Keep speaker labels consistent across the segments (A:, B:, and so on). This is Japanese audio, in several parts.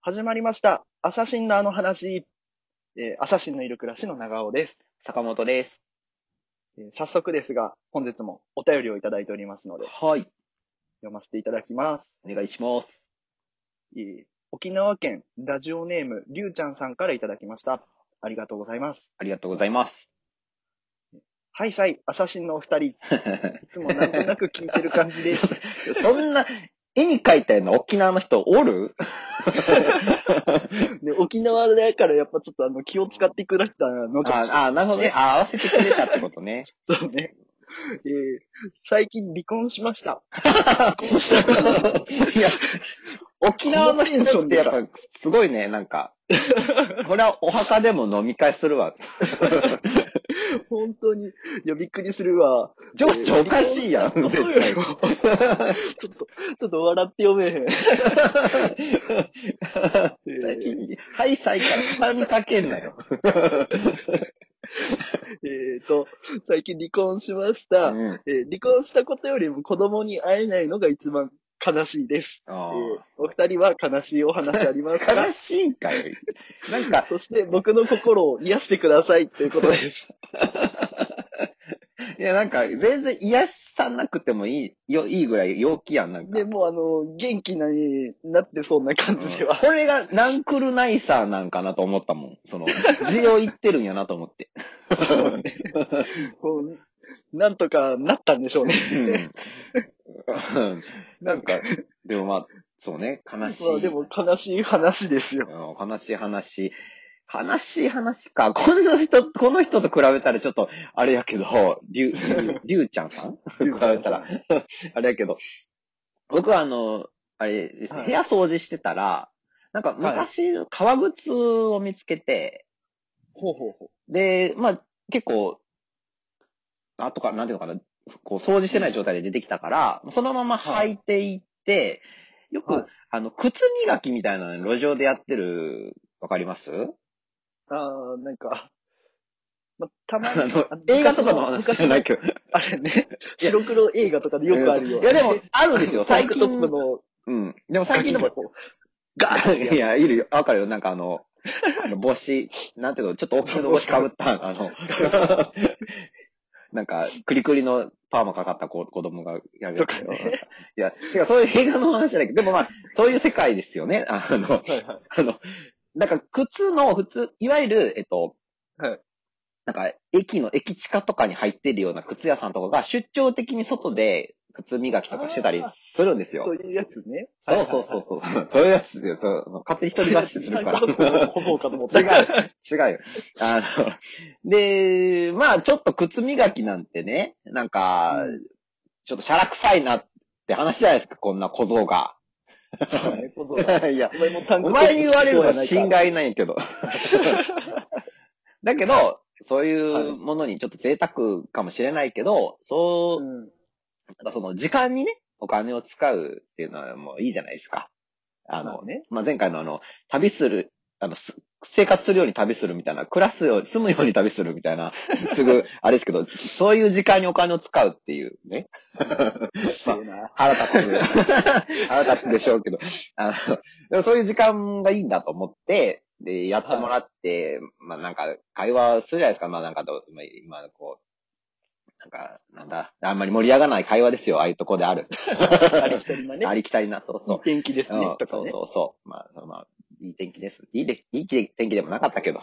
A: 始まりました。アサシンのあの話。えーアサシンのいる暮らしの長尾です、
B: 坂本です。
A: えー早速ですが、本日もお便りをいただいておりますので、
B: はい。
A: 読ませていただきます。
B: お願いします。
A: えー沖縄県ラジオネーム、りゅうちゃんさんからいただきました。ありがとうございます。
B: ありがとうございます。
A: はいさい、アサシンのお二人、いつもなんとなく聞いてる感じです。
B: そんな、絵に描いたような沖縄の人おる
A: で沖縄だからやっぱちょっとあの気を使ってくださったのかもしれない
B: ああ、なるほどね。あ合わせてくれたってことね。
A: そうね。えー最近離婚しま した。
B: いや、 沖縄の人ってやっぱすごいね、なんか。これはお墓でも飲み会するわ。
A: 本当に。いや、びっくりするわ。
B: 情緒おかしいやん、
A: そう
B: 絶対
A: よ。。 ちょっと、ちょっと笑って読めへん。
B: 最近、ハイサイから畳みかけんなよ。
A: えっと、最近離婚しまし
B: う
A: た、
B: ん。
A: えー離婚したことよりも子供に会えないのが一番悲しいです。え
B: あ
A: ー
B: ー
A: お二人は悲しいお話ありますか
B: 悲しいんかよ。なんか、
A: そして僕の心を癒してくださいということです。
B: いや、なんか、全然癒さなくてもいい、よ、いいぐらい陽気やん、なんか。
A: で、もうあの、元気なになってそうな感じでは。
B: これがナンクルナイサーなんかなと思ったもん。その、字を言ってるんやなと思って。
A: こうなんとかなったんでしょうね。
B: うんうんなんか、でもまあ、そうね、悲しい。
A: まあでも悲しい話ですよ。
B: うん悲しい話。悲しい話か。この人、この人と比べたらちょっと、あれやけど、りゅう、りゅうちゃんさん 比べたら、 あれやけど、僕はあの、あれですね、
A: はい
B: 部屋掃除してたら、なんか昔、革靴を見つけて、
A: ほうほうほ
B: で、まあ、結構、あとか、なんていうのかな、こう、掃除してない状態で出てきたから、そのまま履いていって、よく、
A: はい
B: あの、靴磨きみたいなの路上でやってる、わかります
A: う。ああ、なんか、まあ、たま
B: あ
A: に
B: の
A: あ、
B: 映画とかの話じゃない
A: 昔
B: けど。
A: のあれね、白黒映画とかでよくあるよ。
B: いや、でも、ある んですよ、
A: タン
B: 最
A: クト
B: 近。
A: ップの、
B: うん。でも最近でも、
A: こう
B: ガーいや、いるよ。わかるよ。なんかあの、あの帽子、なんていうの、ちょっと大きめの帽子かぶった、あの、 なんか、クリクリのパーマかかった子子供がやるやつ
A: と か
B: いや、違う、そういう映画の話じゃないけど、でもまあ、そういう世界ですよね。あの、
A: はいはい。
B: あの、なんか靴の普通、いわゆる、えっと、
A: はい
B: なんか駅の駅地下とかに入ってるような靴屋さんとかが出張的に外で靴磨きとかしてたりするんですよ。
A: そういうやつね。
B: そうそうそうそう。そういうやつですよ。そう勝手に一人暮らしするから。
A: タンクトップの
B: 違
A: 保存かと思った。
B: う、 違うよ。あの、で、まあちょっと靴磨きなんてね、なんか、
A: うん
B: ちょっとシャラ臭いなって話じゃないですか、こんな小僧が。
A: そうね保存か
B: いや、
A: お前もタンク
B: お
A: トップ
B: 前に言われるのは心
A: 外。
B: 外なんやけ ど。だけど、そういうものにちょっと贅沢かもしれないけど、そうう、
A: ん。
B: なんかその時間にね、お金を使うっていうのはもういいじゃないですか。あ
A: ま
B: の
A: あ、ね
B: まあ、前回のあの、旅する、あの、す生活するように旅するみたいな、暮らすよう、住むように旅するみたいな、すぐ、あれですけど、そういう時間にお金を使うっていうね。
A: そうやな。
B: 腹立つ。腹立つでしょうけど。あの、でもそういう時間がいいんだと思って、で、やってもらって、まあなんか、会話するじゃないですか。まあなんかどう、まあ今、こう、なんか、なんだ、あんまり盛り上がらない会話ですよ。ああいうとこである。
A: ありきたりなね
B: あ。りきたりな、そう
A: い
B: そ。
A: いう天気です
B: う ん
A: ね。とか
B: そう
A: ね。
B: そうそう。まあ、まあ、いい天気です。いいで、いい天気でもなかったけど。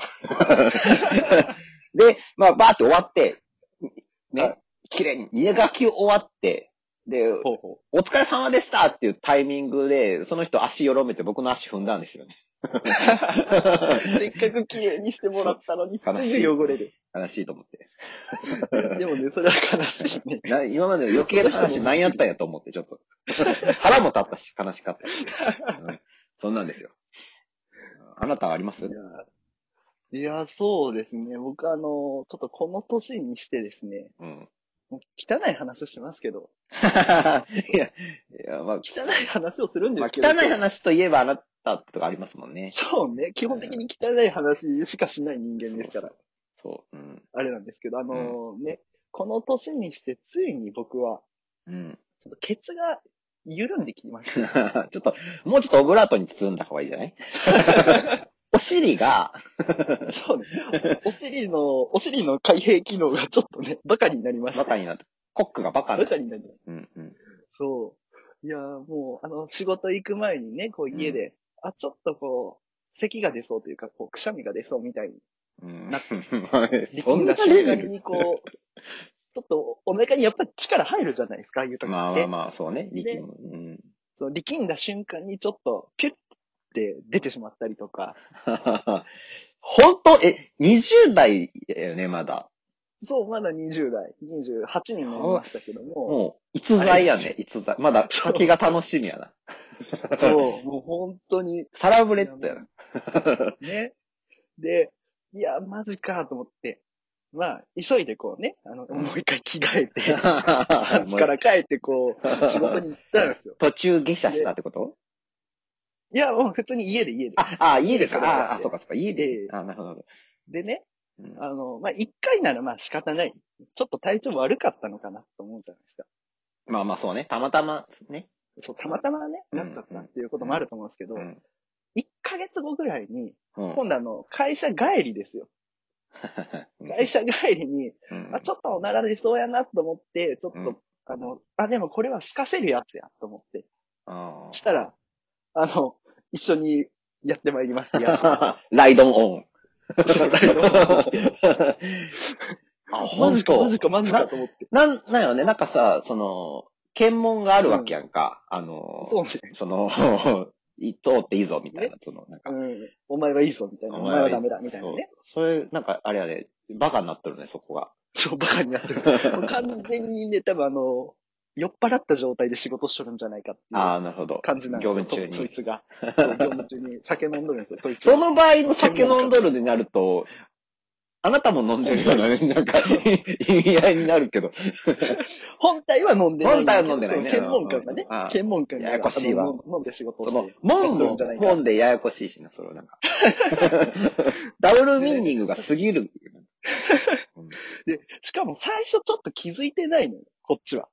B: で、まあ、バーって終わって、
A: はい
B: ね、綺麗に磨き終わって、で、
A: ほうほう。
B: お疲れ様でしたっていうタイミングで、その人足よろめて僕の足踏んだんですよね。
A: せっかく綺麗にしてもらったのに、
B: そう悲しい
A: すぐ汚れる。
B: 悲しいと思って。
A: でもね、それは悲しいね。
B: な今までの余計な話何やったんやと思って、ちょっと。 腹も立ったし、悲しかった。うんそんなんですよ。あなたはあります
A: いや、いやそうですね。僕あの、ちょっとこの年にしてですね、
B: うん。
A: もう汚い話しますけど、
B: いや、いや、まあ、
A: 汚い話をするんで
B: ますあ
A: けど。
B: 汚い話といえばあなたとかありますもんね。
A: そうね。基本的に汚い話しかしない人間ですから、
B: そう。うん。
A: あれなんですけど、あのね、この年にしてついに僕は、
B: うん。
A: ちょっとケツが緩んできまし
B: ちょっと、もうちょっとオブラートに包んだ方がいいじゃない お尻が、
A: た。そう ね。お尻の、お尻の開閉機能がちょっとね、バカになりました。
B: バカになって、コックがバカ
A: バ
B: にな
A: カ
B: る。
A: になりました。
B: うんうん。
A: そう。いやー、もう、あの、仕事行く前にね、こう家で、あ、ちょっとこう、咳が出そうというか、こう、くしゃみが出そうみたいに、
B: うん
A: な
B: そんなレ
A: 瞬
B: ベ
A: 間
B: ル
A: にこ う、ちょっとお腹にやっぱり力入るじゃないですか、ああいう時って。
B: まあまあまあ、そうね。
A: で
B: 力む。うん。
A: その力んだ瞬間にちょっと、ピュッて出てしまったりとか、
B: ほんと、え、20代だよね、まだ。
A: そう、まだ20代、28になりましたけども、
B: もう、逸材やね、逸材。まだ先が楽しみやな。
A: そう、もう本当に、
B: サラブレッドやな。
A: ね。で、いや、マジかと思って、まあ、急いでこうね、あの、もう一回着替え て、ハンスから帰ってこう、仕事に行ったんですよ。
B: 途中下車したってこと
A: いや、もう普通に家で家で。
B: あ、あ、家でか。あ、あ、
A: 家で
B: そうかそうか、家で
A: ええ。
B: あ、なるほど。
A: でね、
B: うん
A: あの、まあ、一回ならまあ仕方ない。ちょっと体調悪かったのかなと思うじゃないですか。
B: まあまあそうね。たまたまね。
A: そう、たまたまね、
B: うん
A: なっちゃったっていうこともあると思うんですけど、
B: うん。
A: 一ヶ月後ぐらいに、
B: うん
A: 今度あの、会社帰りですよ。会社帰りに、
B: うん
A: あ、ちょっとおなら出そうやなと思って、ちょっと、
B: うん
A: あの、あ、でもこれは透かせるやつやと思って、
B: あ
A: したら、あの、一緒にやってまいりました。やつ
B: ーライドオン。
A: そうライドオン
B: あ、ほ
A: マ
B: ん
A: ジか、
B: と
A: マ。ジか、マジかと思って。
B: なん、なんよね。なんかさ、その、検問があるわけやんか。あの、
A: そうね。
B: その、 い通っていいぞ、みたいな。その、なんか
A: う、ん。お前はいいぞ、みたいな。お前はダメだ、みたいなね。
B: そう。それ、なんか、あれやね、バカになっとるね、そこが。
A: そう、バカになって る。もう完全にね、多分あの、酔っ払った状態で仕事しとるんじゃないかって
B: あ
A: いう
B: あ、なるほど。
A: 感じなんです
B: 業
A: よ。
B: 務中
A: そそい
B: に。
A: つ が。そう業務中に酒飲んどるんですよ、そいつが
B: その場合の酒飲んどるになると、あなたも飲んでるよう な、ね、なんか、意味合いになるけど。
A: 本体は飲んでない。
B: 本体は飲んでないね
A: そう検問官がね
B: ああ。
A: 検問官が。
B: ややこしいわ
A: あの飲ん飲んで仕事を
B: そ
A: して
B: の
A: る。、
B: 門
A: 飲んでる
B: も
A: んじゃない、か
B: 門でややこしいしな、それはなんか。 ダブルミーニングが過 ぎる。うん
A: で、しかも最初ちょっと気づいてないのよ、こっちは。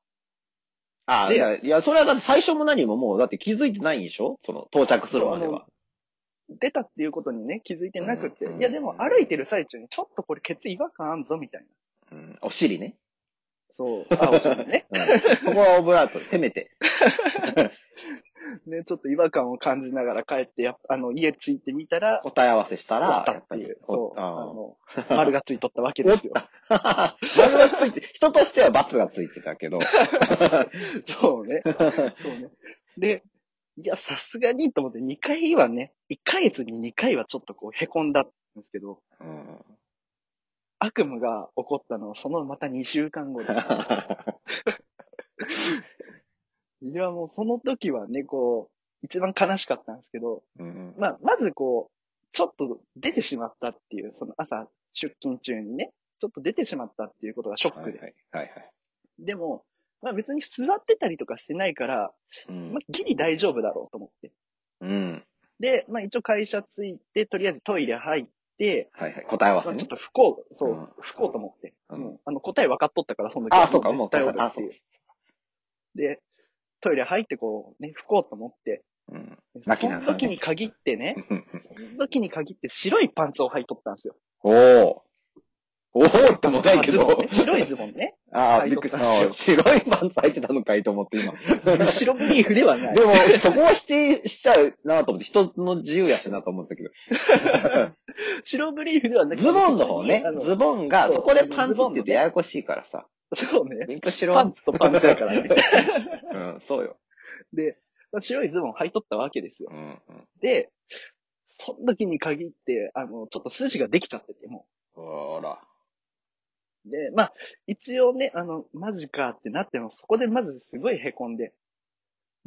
B: ああ、いや、いや、それはだって最初も何ももう、だって気づいてないんでしょその、到着するまでは。
A: 出たっていうことにね、気づいてなくて。
B: うん
A: いや、でも歩いてる最中にちょっとこれケツ違和感あんぞ、みたいな。
B: うん、お尻ね。
A: そう。あ、おしゃれね。
B: うんそこはオブラートで、せめて。
A: ね、ちょっと違和感を感じながら帰って、やっぱあの、家着いてみたら、
B: 答え合わせした
A: お
B: ら
A: っ、た
B: やっ
A: っ
B: ぱ
A: てい
B: り
A: う。、そう。あ
B: あ
A: の、丸がついとったわけですよ。
B: あ。丸がついて、人としては罰がついて たけど。
A: そうね。そうね。で、いや、さすがにと思って、2回はね、1ヶ月に2回はちょっとこう、へこんだんですけど、
B: うん
A: 悪夢が起こったのは、そのまた2週間 後で。いや、もうその時はね、こう、一番悲しかったんですけど、
B: うん
A: まあ、まずこう、ちょっと出てしまったっていう、その朝出勤中にね、ちょっと出てしまったっていうことがショッ
B: はいは
A: ク
B: い
A: で。
B: はいはい。
A: でも、まあ別に座ってたりとかしてないから、
B: うん
A: まあギリ大丈夫だろうと思って。
B: うん。
A: で、まあ一応会社着いて、とりあえずトイレ入って、
B: はいはい。答え合
A: まあ
B: わ
A: ちょっ
B: せね。
A: と不幸、そう
B: うん
A: う、不幸と思って。
B: うん
A: もうあの答え分かっとったから、その時
B: ああ、そうか、もう、
A: 絶対
B: あ
A: 俺
B: あ、
A: って
B: そ
A: いうう。。で、トイレ入ってこう、ね、不幸と思って。
B: うん。泣きなが
A: その
B: らね
A: 時に限ってね、その時に限って白いパンツを履いとったんですよ。
B: おお。おおってもないけ
A: まあズボ
B: ど
A: ンね。白いズボンね。
B: ああ、
A: 入
B: び
A: っ
B: っ
A: と
B: くり
A: っ
B: したた。白いパンツ履いてたのかいと思って今。
A: 白ブリーフではない。
B: でも、そこは否定しちゃうなと思って、人の自由やしなと思ったけど。
A: 白ブリーフではなくて
B: ズボンの方ね
A: あ。の
B: ズボンが、
A: そう
B: そこでパンツって言うとややこしいからさ。
A: そうね。
B: 勉強しろ。
A: パンツとパンツだからね。
B: うん、そうよ。
A: で、まあ白いズボン履いとったわけですよ。
B: うん、うん。
A: で、その時に限って、あの、ちょっと筋ができちゃってて、も
B: ほら。
A: う。で、まあ、一応ね、あの、マジかってなっても、そこでまずすごい凹んで。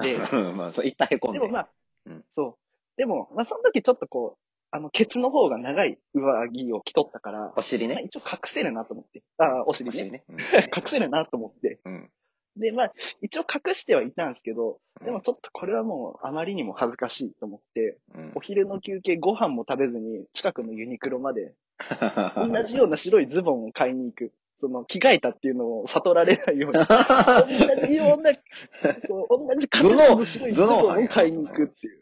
A: で、
B: うん まあ、そう、一旦へこん
A: で
B: で。
A: もまあ、
B: うん
A: そう。でも、まあ、その時ちょっとこう、あの、ケツの方が長い上着を着とったから、
B: お尻
A: まあ
B: ね。
A: 一応隠せるなと思って。ああ、お尻
B: お
A: ね。
B: 尻ね。
A: 隠せるなと思って。
B: うん。うん
A: で、まあ、一応隠してはいたんですけど、でも、ちょっとこれはもうあまりにも恥ずかしいと思って、
B: うん、
A: お昼の休憩ご飯も食べずに近くのユニクロまで同じような白いズボンを買いに行く。その、着替えたっていうのを悟られないように、同じよう な、そう同じ風の面白いズボンを買いに行くっていう。っ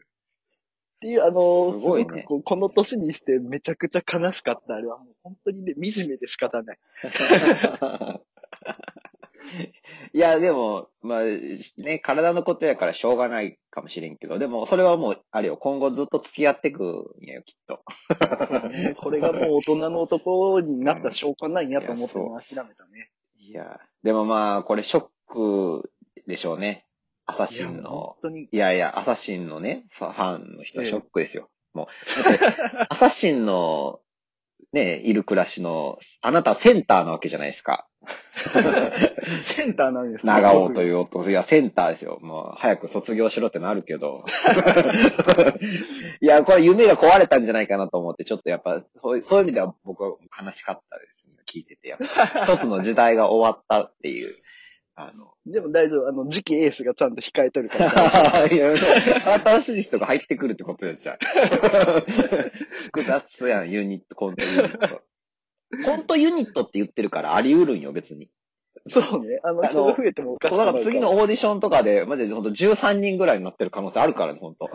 A: ていう、あの、
B: す
A: す
B: ご
A: ご
B: いね
A: くこうこの年にしてめちゃくちゃ悲しかった。あれはもう本当にね、惨めで仕方 ない。
B: いや、でも、まあ、ね、体のことやからしょうがないかもしれんけど、でも、それはもう、あれよ、今後ずっと付き合ってくんやよ、きっと。
A: これがもう大人の男になった証拠ないんやと思って
B: うんい
A: もう諦めたね。
B: いや、でもまあ、これショックでしょうね。アサシンの
A: 本。当に。
B: いやいや、アサシンのね、ファファンの人は
A: ええ
B: ショックですよ。もう。だってアサシンの、ね、いる暮らしの、あなたセンターなわけじゃないですか。
A: センターなんですね
B: 長尾と
A: う。
B: いう夫、いや、センターですよ。もう、早く卒業しろってなるけど。 いや、これ夢が壊れたんじゃないかなと思って、ちょっとやっぱ、そうそういう意味では僕は悲しかったです、ね。聞いてて。やっぱ、一つの時代が終わったっていう。あの、
A: でも大丈夫。あの、次期エースがちゃんと控えとるから。
B: いや新しい人が入ってくるってことやじゃん。 複雑やん、ユニット、コントユニット。コントユニットって言ってるからあり得るんよ、別に。
A: そうね。あの、
B: あの
A: 人が増えてもおかし
B: そ
A: く
B: う、
A: な
B: だ
A: い
B: から次のオーディションとかで、マジでほんと13人ぐらいになってる可能性あるからね、ほ んと。
A: ね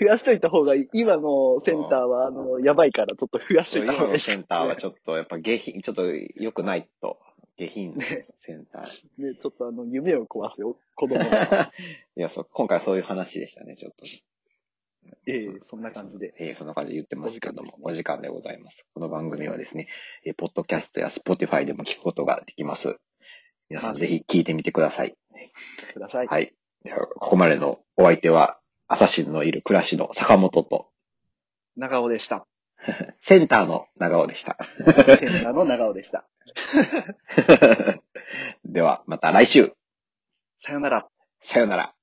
A: 増やしといた方がいい。今のセンターは、あの、やばいから、ちょっと増やしといた
B: 今
A: 方がい
B: の
A: い。
B: センターはちょっと、やっぱ下品、ちょっと良くないと。下品なセンター。
A: ね、ちょっとあの、夢を壊すよ、子 供が。
B: いや、そう、今回はそういう話でしたね、ちょっと。
A: ええそんな感じで。
B: えーそんな感じで言ってますけども、お
A: お
B: 時間でございます。この番組はですね、えーポッドキャストやスポティファイでも聞くことができます。皆さん
A: はい
B: ぜひ聞いてみてください。
A: ください。
B: はい。ではここまでのお相手は、アサシンのいる暮らしの坂本と、
A: 長尾で した。
B: センターの長尾でした。
A: センターの長尾でした。
B: では、また来週
A: さよなら。
B: さよなら。